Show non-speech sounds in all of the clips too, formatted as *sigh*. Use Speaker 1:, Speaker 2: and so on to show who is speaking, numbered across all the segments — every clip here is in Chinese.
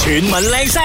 Speaker 1: 全民靚聲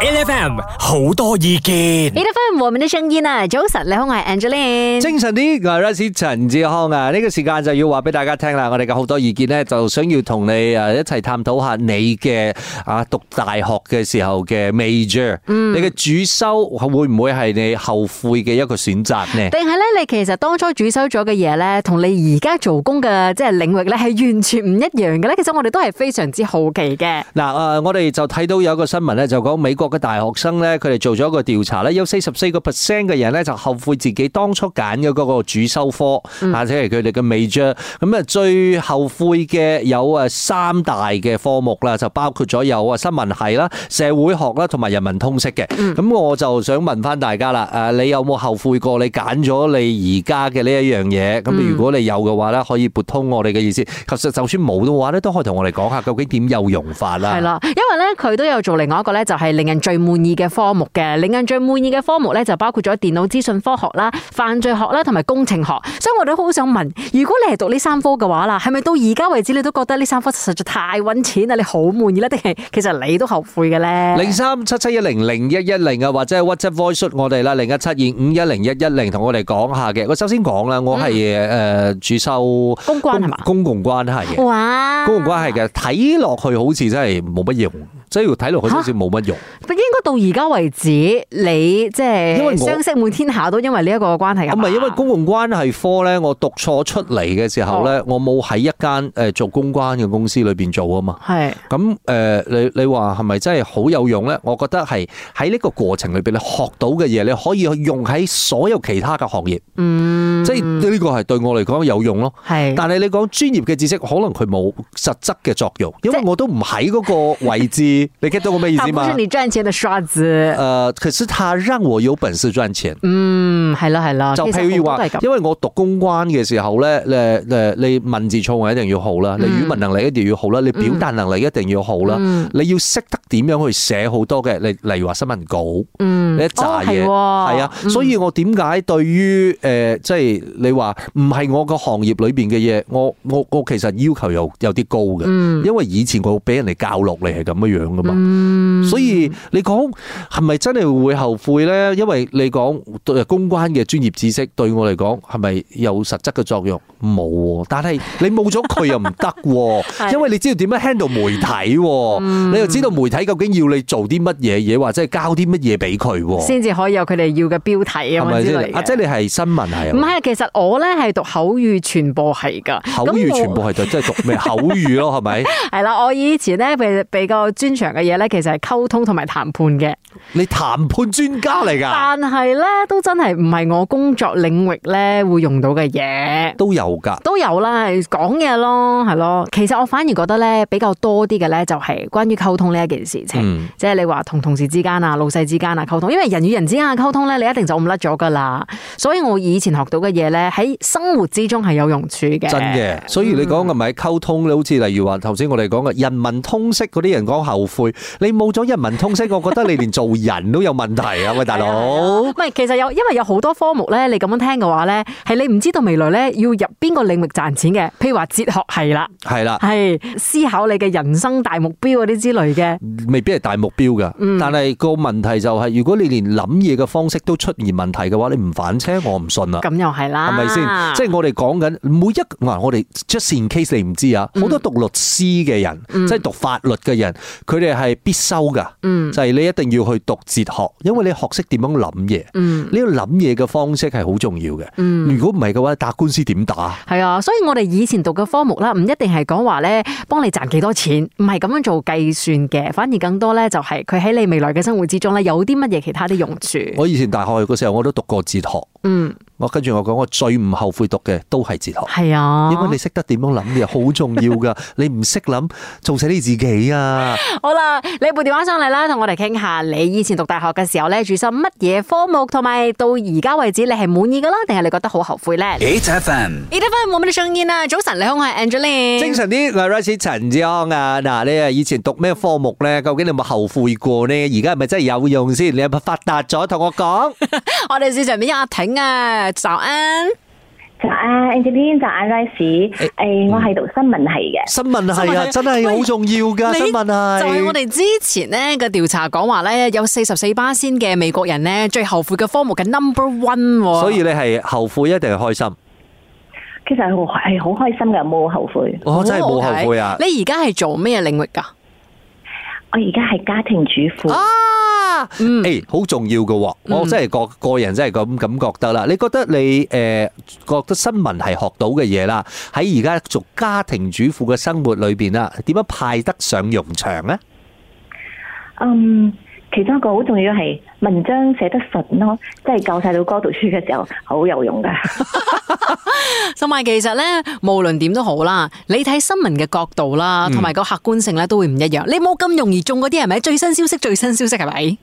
Speaker 1: ，LFM 好多意見。
Speaker 2: A. F. M. 和面的聲音啊，早晨，你好，我係 Angeline。
Speaker 3: 精神啲，我係 Rice 陳志康啊！呢、個時間就要話俾大家聽啦，我哋嘅好多意見呢，就想要同你啊一齊探討下你嘅啊讀大學嘅時候嘅 major，、你嘅主修會唔會係你後悔嘅一個選擇呢？
Speaker 2: 定係咧，你其實當初主修咗嘅嘢咧，同你而家做工嘅即係領域咧，係完全唔一樣嘅咧。其實我哋都係非常之好奇嘅。
Speaker 3: 嗱，誒，我哋就睇到有一個新聞咧，就講美國嘅大學生咧，佢哋做咗一個調查咧，有四十四個 percent 嘅人咧就後悔自己當初揀嘅嗰個主修科，或者係佢哋嘅 major。咁啊，最後悔嘅有誒三大嘅科目啦，就包括咗有啊新聞系啦、社會學啦同埋人文通識嘅。咁我就想問翻大家啦，誒，你有冇後悔過你揀咗你而家嘅呢一樣嘢？咁如果你有嘅話咧，可以撥通我哋嘅意思。其實就算冇嘅話咧，都可以同我哋講下究竟點有用法啦。
Speaker 2: 係啦，因為咧佢都有做另外一個咧，就係令人最滿意嘅科目嘅。令人最滿意嘅科目咧，就包括咗電腦資訊科學啦、犯罪學啦，同埋工程學。所以我哋都好想問，如果你係讀呢三科嘅話啦，係咪到而家為止你都覺得呢三科實在太揾錢啦，你好滿意咧？定係其實你都後悔嘅咧？
Speaker 3: 零三七七一零零一一零啊，或者係 WhatsApp voice 我哋啦，零一七二五一零一一零，同我哋講下嘅。我首先講啦，我係诶主修
Speaker 2: 公關係嘛
Speaker 3: 公公共關係嘅，
Speaker 2: 哇！
Speaker 3: 公共關係嘅，睇落去好似真係冇乜用，即係睇落去好似冇乜用。
Speaker 2: 應該到而家為止，你即
Speaker 3: 因為我
Speaker 2: 係相識滿天下都因為呢一個關係㗎啊
Speaker 3: 唔
Speaker 2: 嘛
Speaker 3: 啊係因為公共關係科咧，我讀錯出嚟嘅時候
Speaker 2: 哦
Speaker 3: 咧，我冇喺一間诶做公關嘅公司裏边做啊嘛。
Speaker 2: 係
Speaker 3: 咁誒、呃你你話係咪真係好有用咧？我覺得係喺呢個過程裏邊，你學到嘅嘢，你可以用喺所有其他嘅行業，
Speaker 2: 嗯，
Speaker 3: 即係呢個係對我嚟講有用咯。
Speaker 2: 係
Speaker 3: 但係你講專業嘅知識，可能佢冇實質嘅作用，因為
Speaker 2: 即啊
Speaker 3: 我都唔喺嗰個位置，你 get 到我咩意
Speaker 2: 它
Speaker 3: 思
Speaker 2: 不
Speaker 3: 嘛呃
Speaker 2: 是？你賺錢嘅刷子
Speaker 3: 誒、。可是他讓我有本事賺錢。
Speaker 2: 嗯，係啦係啦，
Speaker 3: 就
Speaker 2: 其實
Speaker 3: 譬如
Speaker 2: 好多
Speaker 3: 話
Speaker 2: 都係，咁
Speaker 3: 因為我讀公關嘅時候咧，誒誒，你文字造詣一定要好啦，
Speaker 2: 嗯
Speaker 3: 你語文能力一定要好啦，你表達能力一定要好啦，
Speaker 2: 嗯
Speaker 3: 你要識得點樣去寫好多嘅，例例如話新聞稿，
Speaker 2: 嗯
Speaker 3: 你一紮嘢，
Speaker 2: 哦係喎
Speaker 3: 係啊，所以我點解對於誒即係你話唔係我個行業裏邊嘅嘢，我我我其實要求有有啲高
Speaker 2: 嗯
Speaker 3: 嘅，因為以前我俾人哋教落嚟係咁樣樣噶嘛。
Speaker 2: 嗯
Speaker 3: 所以你講係咪真係會後悔呢？因為你講對公關嘅專業知識對我嚟講係咪有實質嘅作用？冇喎，但係你冇咗佢又唔得喎，
Speaker 2: *laughs* 係
Speaker 3: 因為你知道點樣 handle 媒體喎，你又知道媒體究竟要你做啲乜嘢嘢，或者係交啲乜嘢俾佢喎，
Speaker 2: 先至可以有佢哋要嘅標題
Speaker 3: 係
Speaker 2: 啊嘛
Speaker 3: 咪
Speaker 2: 之類
Speaker 3: 先？
Speaker 2: 嘅
Speaker 3: 啊，即係你係新聞係
Speaker 2: 唔
Speaker 3: 啊
Speaker 2: 係，其實我咧係讀口語傳播系㗎，
Speaker 3: 口
Speaker 2: 咁
Speaker 3: 語
Speaker 2: 我
Speaker 3: 全部係就即係讀咩口語咯，係
Speaker 2: *laughs*
Speaker 3: 咪？
Speaker 2: 係啦。我以前咧比比較專長嘅嘢咧，其實係溝通同埋談判嘅。
Speaker 3: 你談判專家嚟㗎，
Speaker 2: 但係咧都真係唔係我工作領域咧會用到嘅嘢。
Speaker 3: 都有㗎。
Speaker 2: 都有啦，係講嘢咯，係咯。其實我反而覺得咧比較多啲嘅咧，就係關於溝通呢一件事情，
Speaker 3: 嗯
Speaker 2: 即係你話同同事之間啊、老細之間啊溝通，因為人與人之間嘅溝通咧，你一定就唔甩咗噶啦。所以我以前學到嘅嘢咧，喺生活之中係有用處嘅。
Speaker 3: 真嘅，所以你講嘅咪溝通，你好似例如話頭先我哋講嘅人文通識嗰啲人講後悔，你冇咗人文通識，我覺得你連做人都有問題啊！喂，大佬，
Speaker 2: 唔係，其實有，因為有好多科目咧，你咁樣聽嘅話咧，係你唔知道未來咧要入邊個領域賺錢嘅，譬如話哲學 *laughs* 係啦，
Speaker 3: 係啦，
Speaker 2: 係思考你嘅人生大目標嗰啲之類嘅。
Speaker 3: 未必係大目標㗎，但係個問題就係，如果你連諗嘢嘅方式都出現問題嘅話，你唔反車，我唔信啦。
Speaker 2: 咁又係啦，
Speaker 3: 係咪先？即係我哋講緊每一嗱，我哋 just in case 你唔知啊，好多讀律師嘅人，即係讀法律嘅人，佢哋係必修㗎，就係你一定要去讀哲學，因為你學識點樣諗嘢，
Speaker 2: 嗯
Speaker 3: 你要諗嘢嘅方式係好重要嘅。如果唔係嘅話，打官司點打？
Speaker 2: 係啊，所以我哋以前讀嘅科目啦，唔一定係講話咧幫你賺幾多錢，唔係咁樣做計算嘅，反而更多咧就係佢喺你未來嘅生活之中咧有啲乜嘢其他啲用處。
Speaker 3: 我以前大學嗰時候我都讀過哲學，
Speaker 2: 嗯，
Speaker 3: 我跟住我講我最唔後悔讀嘅都係哲學。
Speaker 2: 係啊，
Speaker 3: 因為你識得點樣諗嘢好重要㗎， *laughs* 你唔識諗，做死你
Speaker 2: *laughs*
Speaker 3: 自己啊！
Speaker 2: 好啦，你部電話上嚟啦，同我哋傾下你以前讀大學嘅時候咧，主修乜嘢科目，同埋到而家為止你係滿意噶啦，定係你覺得好後悔咧？
Speaker 1: 8FM
Speaker 2: 呢得翻冇乜上煙啊！早晨，你好，我係 Angeline。
Speaker 3: 精神啲，我係 Rice 陳志安啊！嗱，你啊以前讀咩科目咧？究竟你有冇後悔過呢？而家係咪真係有用
Speaker 2: *laughs*
Speaker 3: 先？你係咪發達咗？同我講，
Speaker 2: 我哋市場邊有阿挺啊，早安。
Speaker 4: 早安，Angeline，早安，Rice。誒、我係讀新聞系嘅。
Speaker 3: 新聞係
Speaker 2: 新聞
Speaker 3: 啊，
Speaker 2: 係
Speaker 3: 真係好重要噶。
Speaker 2: 你
Speaker 3: 新聞係
Speaker 2: 就係我哋之前咧嘅調查講話咧，有四十四巴仙嘅美國人咧最後悔嘅科目嘅 number one 喎。
Speaker 3: 所以你係後悔一定係開心？
Speaker 4: 其實我係好開心嘅，冇後悔。
Speaker 3: 我真係冇後悔啊！
Speaker 2: 好好睇你而哦家係做咩領域㗎？
Speaker 4: 我而家係家庭主婦。
Speaker 3: 啊，
Speaker 2: 嗯
Speaker 3: 誒好重要嘅喎，我真係個個人真係咁咁覺得啦。你覺得你誒覺得新聞係學到嘅嘢啦，喺而家做家庭主婦嘅生活裏邊啦，點樣派得上用場呢？
Speaker 4: 嗯，其中一個好重要係文章寫得順咯，即係教細佬哥讀書嘅時候好有用噶。
Speaker 2: 同埋其實咧，無論點都好啦，你睇新聞嘅角度
Speaker 3: 嗯
Speaker 2: 啦，同埋個客觀性咧都會唔一樣。你冇咁容易中嗰啲係咪？最新消息，最新消息係咪？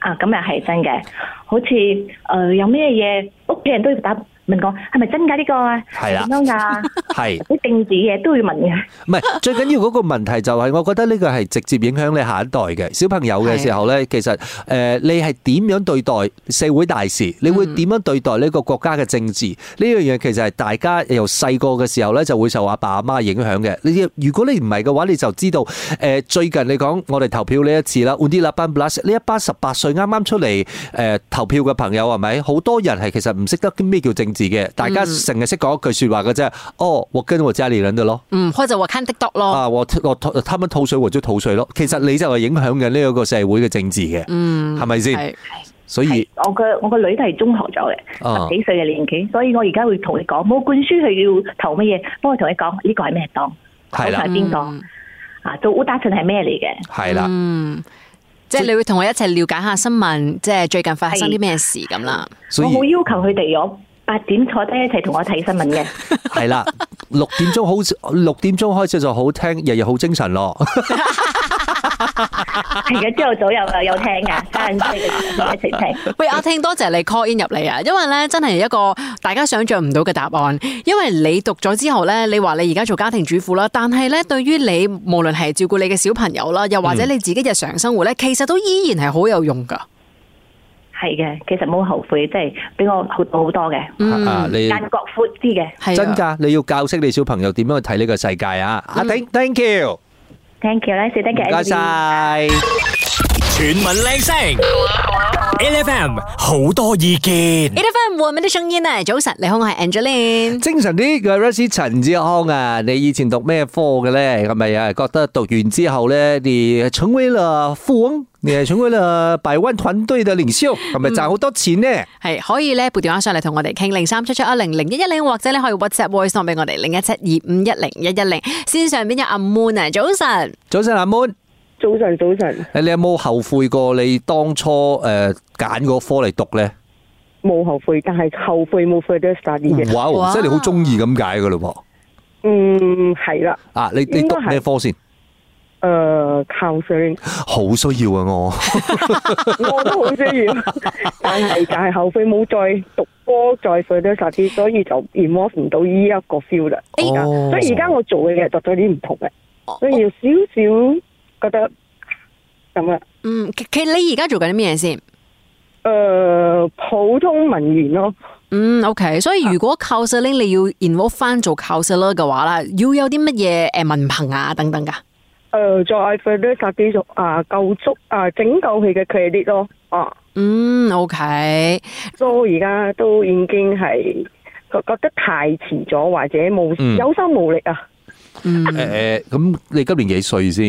Speaker 4: 啊，咁又係真嘅。好似誒、呃有咩嘢，屋企人都要打問我係咪真㗎呢、個啊？
Speaker 3: 係啦
Speaker 4: 點樣㗎？
Speaker 3: 係。
Speaker 4: 啲政治嘢都要問嘅。
Speaker 3: 唔係最緊要嗰個問題就係，我覺得呢個係直接影響你下一代嘅小朋友嘅時候呢，其實誒、呃你係點樣對待社會大事，你會點樣對待呢個國家嘅政治呢樣嘢，其實係大家由細個嘅時候呢就會受阿爸阿媽影響嘅。你如果你唔係嘅話，你就知道誒、呃最近你講我哋投票呢一次啦 u n d i l a b a n Plus 呢一班十八歲啱啱出嚟誒、呃投票嘅朋友係咪？好多人係其實唔識得咩叫政治嘅，大家成日識講一句説話嘅啫。哦，我跟我家裡人嘅咯。
Speaker 2: 嗯，開就話 can 的多咯。
Speaker 3: 啊！我我我他們吐水或者吐水咯，其實你就係影響緊呢一個社會嘅政治嘅，
Speaker 2: 嗯，
Speaker 3: 係咪先？
Speaker 2: 係
Speaker 3: 所以
Speaker 4: 係我個我個女都係中學咗嘅，
Speaker 3: 啊
Speaker 4: 十幾歲嘅年紀，所以我而家會同你講，冇灌輸佢要投乜嘢，幫我同你講呢個係咩檔，
Speaker 3: 係啦
Speaker 4: 係邊個啊？做烏打鎮係咩嚟嘅？
Speaker 3: 係啦，
Speaker 2: 嗯，即係你會同我一齊了解下新聞，即係最近發生啲咩事咁啦。
Speaker 3: 所
Speaker 4: 我冇
Speaker 3: 以
Speaker 4: 要求佢哋有八點坐低一齊同我睇新聞
Speaker 3: *laughs*
Speaker 4: 嘅，
Speaker 3: 係啦，六點鐘好六點鐘開始就好聽，日日好精神咯。
Speaker 4: 係嘅，朝頭早有有聽噶，家人車嘅一齊聽。
Speaker 2: 喂，阿聽多謝你 call in 入嚟啊，因為咧真係一個大家想象唔到嘅答案，因為你讀咗之後咧，你話你而家做家庭主婦啦，但係咧對於你無論係照顧你嘅小朋友啦，又或者你自己日常生活咧，其實都依然係好有用
Speaker 3: 嗯
Speaker 2: 噶。
Speaker 4: 係嘅，其實冇後悔，即係俾我學到好多嘅，
Speaker 3: *laughs* 啊，你
Speaker 4: 眼角闊啲嘅。
Speaker 2: 係啊
Speaker 3: 真㗎，你要教識你小朋友點樣去睇呢個世界啊！阿丁，thank you，
Speaker 4: Thank you 咧，謝得嘅
Speaker 3: 唔該
Speaker 4: Emily
Speaker 3: 晒。
Speaker 1: 全民靚聲，L F M 好多意見
Speaker 2: e。f m 和美的聲音啊，早晨，你好，我係 Angeline。
Speaker 3: 精神啲嘅 Rusty 陳志康啊，你以前讀咩科嘅咧？係咪啊？覺得讀完之後咧，你成為了富翁，你係成為了百萬團隊嘅領袖，係咪賺好多錢呢？
Speaker 2: 係可以咧撥電話上嚟同我哋傾零三七七一零零一一零，或者你可以 WhatsApp voice note 俾我哋零一七二五一零一一零。線上邊有阿 Moon 啊，早晨。
Speaker 3: 早晨阿 Moon，
Speaker 5: 早晨，早晨，
Speaker 3: 你有冇後悔過你當初誒揀嗰科嚟讀咧？
Speaker 5: 冇後悔，但係後悔冇 further study 嘅。
Speaker 3: 哇！
Speaker 2: 哇
Speaker 3: 即係你好中意咁解嘅咯
Speaker 5: 嗯，係啦，呃
Speaker 3: 喎。啊，你你
Speaker 5: 應該
Speaker 3: 讀
Speaker 5: 係
Speaker 3: 咩科先？
Speaker 5: 誒、counseling，
Speaker 3: 好需要啊我。
Speaker 5: 我都好需要，但係但係後悔冇再讀波再 further study，所以就 involve 唔到呢一個 field 啦。
Speaker 3: 哦
Speaker 5: 所以而家我做嘅嘢就有啲唔同嘅，所以有少少覺得咁啊，
Speaker 2: 嗯，其其你而家做緊啲咩嘢先？
Speaker 5: 誒、呃普通文言咯，
Speaker 2: 嗯，OK，所以如果 counseling 你要 involve 翻做 counselor 嘅話啦，要有啲乜嘢誒文憑啊等等噶。
Speaker 5: 誒、呃再 further study 就啊救足啊拯救佢嘅 credit 咯，啊。
Speaker 2: 嗯，OK，
Speaker 5: 都而家都已經係覺覺得太遲咗，或者冇、
Speaker 3: 嗯
Speaker 5: 有心無力啊！
Speaker 2: 嗯，
Speaker 3: *laughs* 誒，咁你今年幾歲先？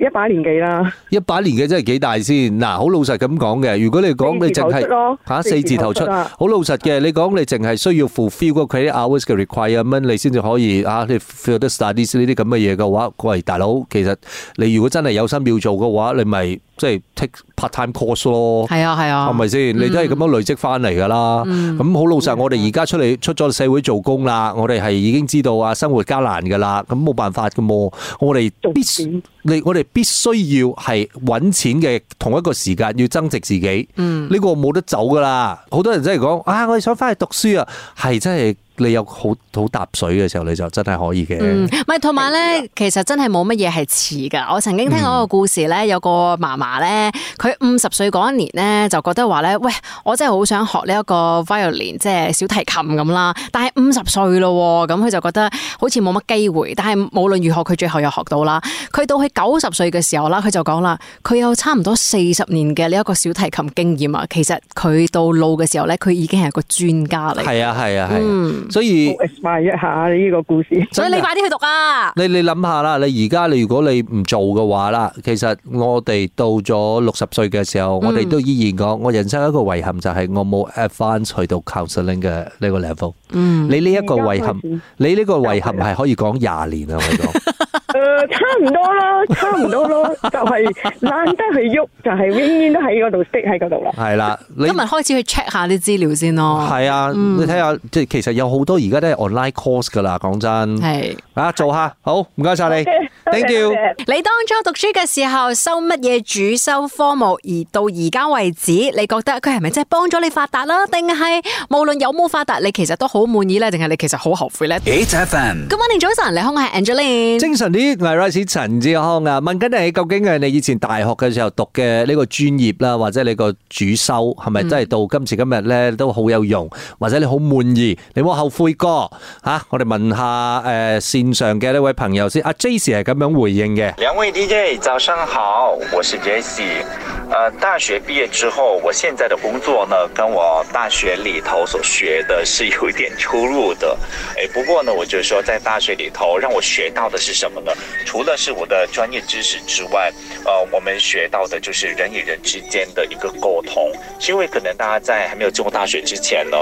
Speaker 5: 一把年紀
Speaker 3: *laughs*
Speaker 5: 啦，
Speaker 3: 一把年紀真係幾大先？嗱，好老實咁講嘅，如果你講你淨
Speaker 5: 四字頭出
Speaker 3: 係
Speaker 5: 咯
Speaker 3: 嚇四
Speaker 5: 四
Speaker 3: 字
Speaker 5: 字
Speaker 3: 頭
Speaker 5: 頭
Speaker 3: 出，
Speaker 5: 出啊
Speaker 3: 好老實嘅，你講你淨係需要 fulfill 嗰個 credit hours 嘅 requirement，你先至可以嚇你 fulfill 得 studies 呢啲咁嘅嘢嘅話，喂大佬，其實你如果真係有心要做嘅話，你咪即係 take part time course 咯。
Speaker 2: 係啊，係啊嗯
Speaker 3: 係，咪先？你都係咁樣累積翻嚟㗎啦。咁好老實，我哋而家出嚟出咗社會做工啦，我哋係已經知道啊生活艱難㗎啦。咁冇辦法㗎嘛，我哋
Speaker 5: 重
Speaker 3: 必
Speaker 5: 點
Speaker 3: 你我哋必須要係揾錢嘅同一個時間要增值自
Speaker 2: 嗯
Speaker 3: 己。呢、個冇得走㗎啦。好多人真係講啊，我哋想翻去讀書啊，係真係你有好好搭水嘅時候，你就真係可以嘅。
Speaker 2: 嗯， *laughs* 唔係同埋咧，
Speaker 3: 啊
Speaker 2: 其實真係冇乜嘢係遲㗎。我曾經聽
Speaker 3: 嗯
Speaker 2: 過一個故事咧，有個嫲嫲咧，佢五十歲嗰一年咧，就覺得話咧，喂，我真係好想學呢一個 violin，即係小提琴咁啦。但係五十歲咯喎，咁佢就覺得好似冇乜機會。但係無論如何，佢最後又學到啦。佢到佢九十歲嘅時候啦，佢就講啦，佢有差唔多四十年嘅呢一個小提琴經驗啊。其實佢到老嘅時候咧，佢已經係個專家嚟。
Speaker 3: 係啊，係啊，係
Speaker 2: 嗯
Speaker 3: 啊。所以
Speaker 5: expire 一下呢個故事。
Speaker 2: 所以你快啲去讀啊！
Speaker 3: 你你諗下啦，你而家你如果你唔做嘅話啦，其實我哋到咗六十歲嘅時候，
Speaker 2: 嗯
Speaker 3: 我哋都依然講，我人生一個遺憾就係我冇 advance 去到 counseling 嘅呢個 level。
Speaker 2: 嗯，
Speaker 3: 你呢一個遺憾
Speaker 5: 而家開始，
Speaker 3: 你呢個遺憾係可以講廿年啊！我講。
Speaker 2: *laughs*
Speaker 5: 诶、呃差唔多啦，差唔多咯，就
Speaker 3: *laughs*
Speaker 5: 係懶得去喐，就係永遠都喺嗰度 stick 喺嗰度啦。
Speaker 3: 係啦，你
Speaker 2: 今日哦嗯開始去 check 下啲資料先咯。
Speaker 3: 係啊，你睇下，即係其實有好多而家都係 online course 㗎啦，講真，
Speaker 2: 係
Speaker 3: 啊做下好，唔該晒你
Speaker 5: 多謝
Speaker 3: ，thank you
Speaker 5: 多。謝
Speaker 2: 你當初讀書嘅時候修乜嘢主修科目，而到而家為止，你覺得佢係咪真係幫咗你發達啦？定係無論有冇發達，你其實都好滿意呢？定係你其實好後悔呢？
Speaker 1: 8FM,
Speaker 2: 咁 morning 早晨，你好，我係 Angeline。
Speaker 3: 精神啲，係 Rice 陳志康啊，問緊你究竟係你以前大學嘅時候讀嘅呢個專業啦，或者你個主修係咪真係到今時今日咧都好有用，或者你好滿意，你冇後悔過吓、我哋問下誒、呃、線上嘅呢位朋友先，阿 J 係咁樣回應嘅。
Speaker 6: 两位 DJ 早上好，我是 Jesse。呃，大学毕业之后，我现在的工作呢，跟我大学里头所学的是有一点出入的。哎，不过呢，我觉得说在大学里头让我学到的是什么呢？除了是我的专业知识之外，呃，我们学到的就是人与人之间的一个沟通，是因为可能大家在还没有进入大学之前呢，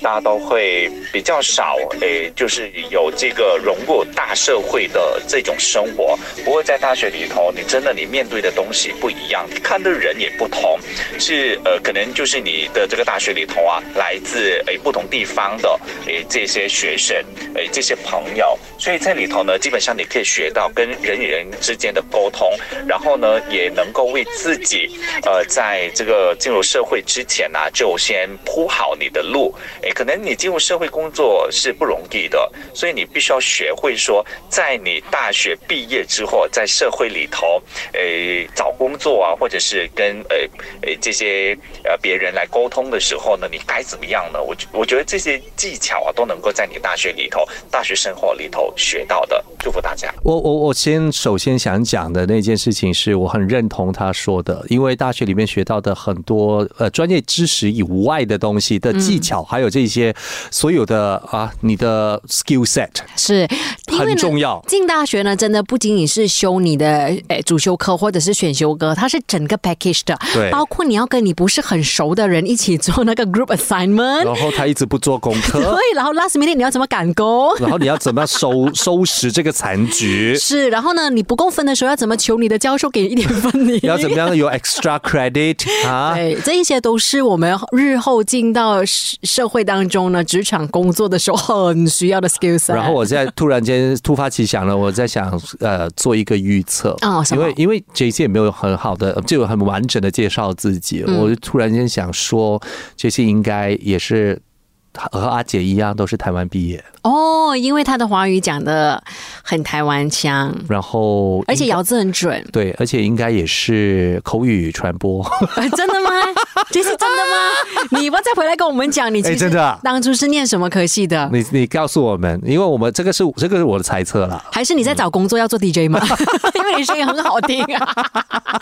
Speaker 6: 大家都会比较少，诶，就是有这个融入大社会的这种生活。不过在大学里头，你真的你面对的东西不一样，你看的人也不同，是呃，可能就是你的这个大学里头啊，来自诶不同地方的诶这些学生，诶这些朋友，所以在里头呢，基本上你可以学到跟人与人之间的沟通，然后呢，也能够为自己呃在这个进入社会之前呢、就先铺好你的路。诶，可能你进入社会工作是不容易的，所以你必须要学会说，在你大学毕业之后，在社会里头，诶，找工作啊，或者是跟诶诶这些呃别人来沟通的时候呢，你该怎么样呢？我觉我觉得这些技巧啊，都能够在你大学里头、大学生活里头学到的。祝福大家。
Speaker 3: 我我我先首先想讲的那件事情是我很认同他说的，因为大学里面学到的很多呃专业知识以外的东西的技巧，还有这些所有的啊你的 skill set
Speaker 2: 是，因为
Speaker 3: 很
Speaker 2: 呢
Speaker 3: 重要
Speaker 2: 进大学呢，真的不仅仅是修你的诶主修科或者是选修科，它是整个 package 的，
Speaker 3: 对
Speaker 2: 包括你要跟你不是很熟的人一起做那个 group assignment， *laughs*
Speaker 3: 然后他一直不做功课，
Speaker 2: 对，然后 last minute 你要怎么赶工？
Speaker 3: 然后你要怎么样收收拾这个残 *laughs*
Speaker 2: *laughs*
Speaker 3: 局？
Speaker 2: 是，然后呢，你不够分的时候要怎么求你的教授给一点分你？
Speaker 3: *laughs* 要怎么样有 extra
Speaker 2: *laughs*
Speaker 3: credit 啊？
Speaker 2: 对，这一些都是我们日后进到社社会当中呢，职场工作的时候很需要的 skills。啊
Speaker 3: 然后我现在突然间突发奇想了，我在想呃做一个预测，
Speaker 2: 哦什
Speaker 3: 因
Speaker 2: 么
Speaker 3: 为因为 J C 也没有很好的呃就很完整的介绍自己，
Speaker 2: 嗯
Speaker 3: 我就突然间想说 J C 应该也是和阿姐一样都是台湾毕业，
Speaker 2: 哦，因为他的华语讲的很台湾腔，
Speaker 3: 然后。
Speaker 2: 而且咬字很准
Speaker 3: *laughs* 对，而且应该也是口语传播， *laughs*
Speaker 2: 呃真的吗？这是真的吗？你不要再回来跟我们讲，你其
Speaker 3: 哎
Speaker 2: 实
Speaker 3: 真的啊
Speaker 2: 当初是念什么科系的？
Speaker 3: 你你告诉我们，因为我们这个是这个是我的猜测啦。
Speaker 2: 还是你在找工作要做 DJ
Speaker 3: *laughs*
Speaker 2: 吗？因为你声音很好听啊。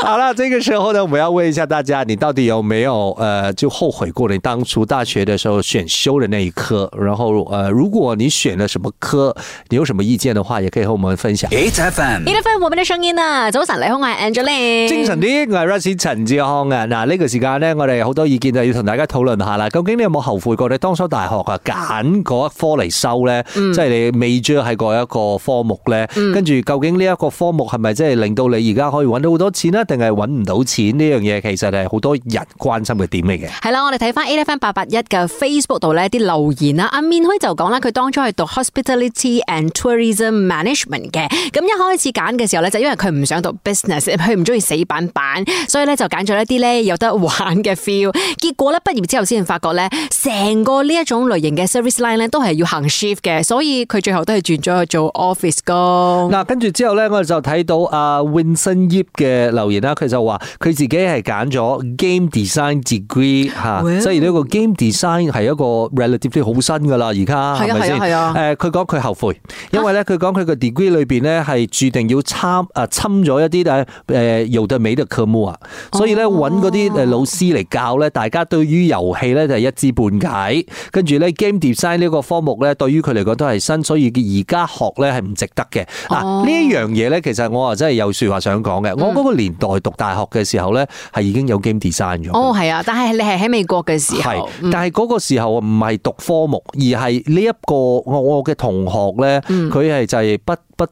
Speaker 3: *laughs* 好了，这个时候呢，我们要问一下大家，你到底有没有呃，就后悔过你当初大学的时候选修的那一科？然后呃，如果你选了什么科，你有什么意见的话，也可以和我们分享。
Speaker 2: 你
Speaker 1: 8FM,
Speaker 2: 的份我们的声音啊，早晨你好，我係 Angeline。
Speaker 3: 精神啲，我系 Rusty 陳志康啊！嗱，呢個時間呢，我哋好多意見就要同大家討論下啦。究竟你有冇後悔過你當初大學啊揀嗰一科嚟修呢？即係你未追喺嗰一個科目呢？跟住究竟呢一個科目係咪即係令到你而家可以揾到好多錢呢？定係揾唔到錢呢樣嘢？其實係好多人關心嘅點嚟嘅。
Speaker 2: 係啦，我哋睇翻 A F M 八八一嘅 Facebook 度呢啲留言啊啦。阿面開就講啦，佢當初係讀 Hospitality and Tourism Management 嘅，咁一開始揀嘅時候呢，就因為佢唔想讀 business，佢唔中意死板板，所以呢就揀咗一啲呢 play 有得玩嘅 feel。結果咧畢業之後先發覺咧，成個呢一種類型嘅 service line 咧都係要行 shift 嘅，所以佢最後都係轉咗去做 office 工。
Speaker 3: 嗱，跟住之後咧，我哋就睇到阿 Winson Yip 嘅留言啦，佢就話佢自己係揀咗 game design degree 嚇，
Speaker 2: Wow
Speaker 3: 即係呢個 game design 係一個 relatively 好新噶啦，而家
Speaker 2: 係啊
Speaker 3: 係咪先？
Speaker 2: 係啊係啊
Speaker 3: 誒，佢講佢後悔，因為咧佢講佢個 degree 裏邊咧係注定要參啊侵咗一啲誒誒遊對美嘅科目啊，所
Speaker 2: 哦
Speaker 3: 以咧揾嗰啲誒老師嚟教咧，大家對於遊戲咧就係一知半解，跟住咧 game design 呢個科目咧對於佢嚟講都係新，所以而家學咧係唔值得嘅。
Speaker 2: 哦嗯
Speaker 3: 嗱呢一樣嘢咧，其實我啊真係有説話想講嘅。我嗰個年代讀大學嘅時候咧，係已經有 game design 咗嘅。
Speaker 2: 哦，係啊，但係你係喺美國嘅時候嗯
Speaker 3: 係，，但係嗰個時候唔係讀科目，而係呢一個我我嘅同學咧，
Speaker 2: 嗯
Speaker 3: 佢係就係不不，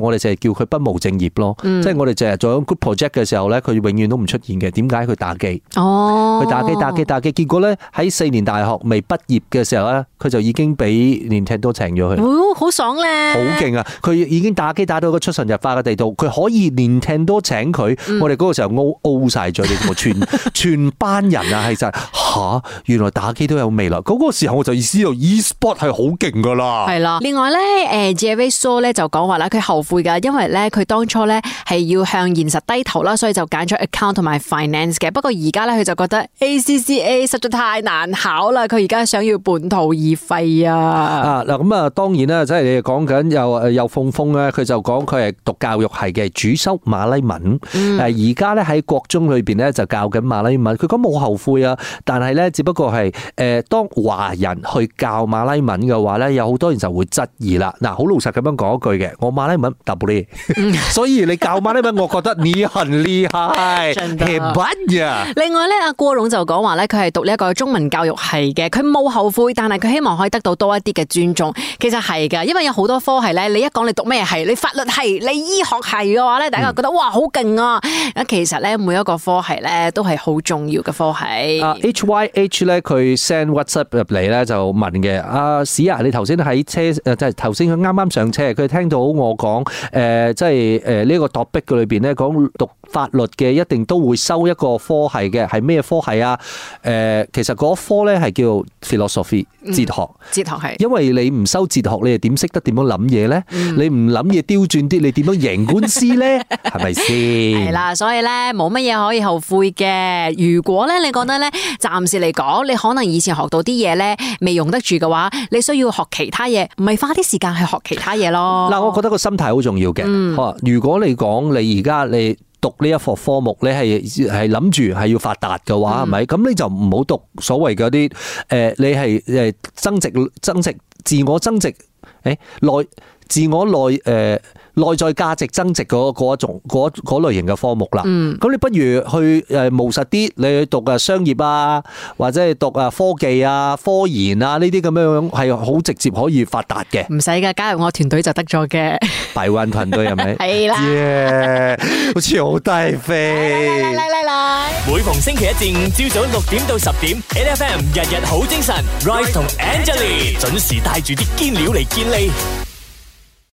Speaker 3: 我哋就係叫佢不務正業咯。
Speaker 2: 嗯
Speaker 3: 即係我哋成日做緊 group project 嘅時候咧，佢永遠都唔出現嘅。點解佢打機？
Speaker 2: 哦，
Speaker 3: 佢打機打機打機，結果咧喺四年大學未畢業嘅時候咧，佢就已經俾 Nintendo 請咗佢。
Speaker 2: 哦，好爽咧，
Speaker 3: 好勁啊！佢已經打機打到個出神入化嘅地步，佢可以 Nintendo 請佢，
Speaker 2: 嗯
Speaker 3: 我哋嗰個時候 O O 曬嘴，你知冇？全 *laughs* 全班人啊，係實吓，原來打機都有未來。嗰、個時候我就意思到 e-sport 係好勁噶啦。
Speaker 2: 係啦，另外咧，誒 j e r r y s o 咧就講話啦，佢後悔㗎，因為咧佢當初咧係要向現實低頭啦，所以就揀咗 account 同埋 finance 嘅。不過而家咧佢就覺得 ACCA 實在太難考啦，佢而家想要半途而廢啊！
Speaker 3: 啊嗱，咁啊當然啦，即係你哋講緊又誒又鳳鳳咧，佢就講佢係讀教育系嘅，主修馬拉文。誒而家咧喺國中裏邊咧就教緊馬拉文，佢講冇後悔啊，但係咧只不過係誒、呃、當華人去教馬拉文嘅話咧，有好多人就會質疑啦。嗱，好老實咁樣講一句嘅，我馬拉
Speaker 2: *laughs*
Speaker 3: 文唔得嘅，所以你教馬拉文，我覺得你很厲害，
Speaker 2: 真的
Speaker 3: 很棒呀。
Speaker 2: 另外咧，阿郭勇就講話咧，佢係讀呢一個中文教育系嘅，佢冇後悔，但係佢希望可以得到多一啲嘅尊重。其實係㗎，因為有好多科系咧，你一講你讀咩系，你法律系、你醫學系嘅話咧，
Speaker 3: 嗯
Speaker 2: 大家覺得、哇好勁啊！啊，其實咧每一個科系咧都係好重要嘅科系。
Speaker 3: 啊 HYH 咧，佢 send WhatsApp 入嚟咧就問嘅，阿史啊，你頭先喺車誒，即係頭先佢啱啱上車，佢聽到我講誒、呃即係誒呢個 topic 嘅裏邊咧講讀法律嘅一定都會收一個科系嘅，係咩科系啊？誒、其實嗰科咧係叫 philosophy 哲學。
Speaker 2: 哲學係。
Speaker 3: 因為你唔收哲學，你又點識得點樣諗嘢咧？你唔諗嘢刁轉啲，你點樣贏官司咧？係
Speaker 2: *laughs*
Speaker 3: 咪先？
Speaker 2: 系啦，所以咧冇乜嘢可以後悔嘅。如果咧你覺得咧暫時嚟講，你可能以前學到啲嘢咧未用得住嘅話，你需要學其他嘢，唔係花啲時間去學其他嘢咯。
Speaker 3: 嗱，我覺得個心態好重要嘅。嚇如果你講你而家你讀呢一課科目，你係係諗住係要發達嘅話，係咪、咁你就唔好讀所謂嗰啲誒，你係誒增值增值自我增值誒、內自我內誒、內在價值增值嗰嗰一種嗰嗰類型嘅科目啦。咁、你不如去誒呃務實啲，你去讀誒商業啊，或者係讀誒科技啊、科研啊呢啲咁樣樣係好直接可以發達嘅。
Speaker 2: 唔使噶，加入我團隊就得咗嘅。
Speaker 3: 百萬團隊係
Speaker 2: *laughs*
Speaker 3: 咪？
Speaker 2: 係啦
Speaker 3: 耶！好似好低 *laughs* 飛。
Speaker 2: 嚟嚟嚟！
Speaker 1: 每逢星期一至五朝早六點到十點，N F M 日日好精神，Rise 同 Angelie 準時帶住啲堅料嚟健利。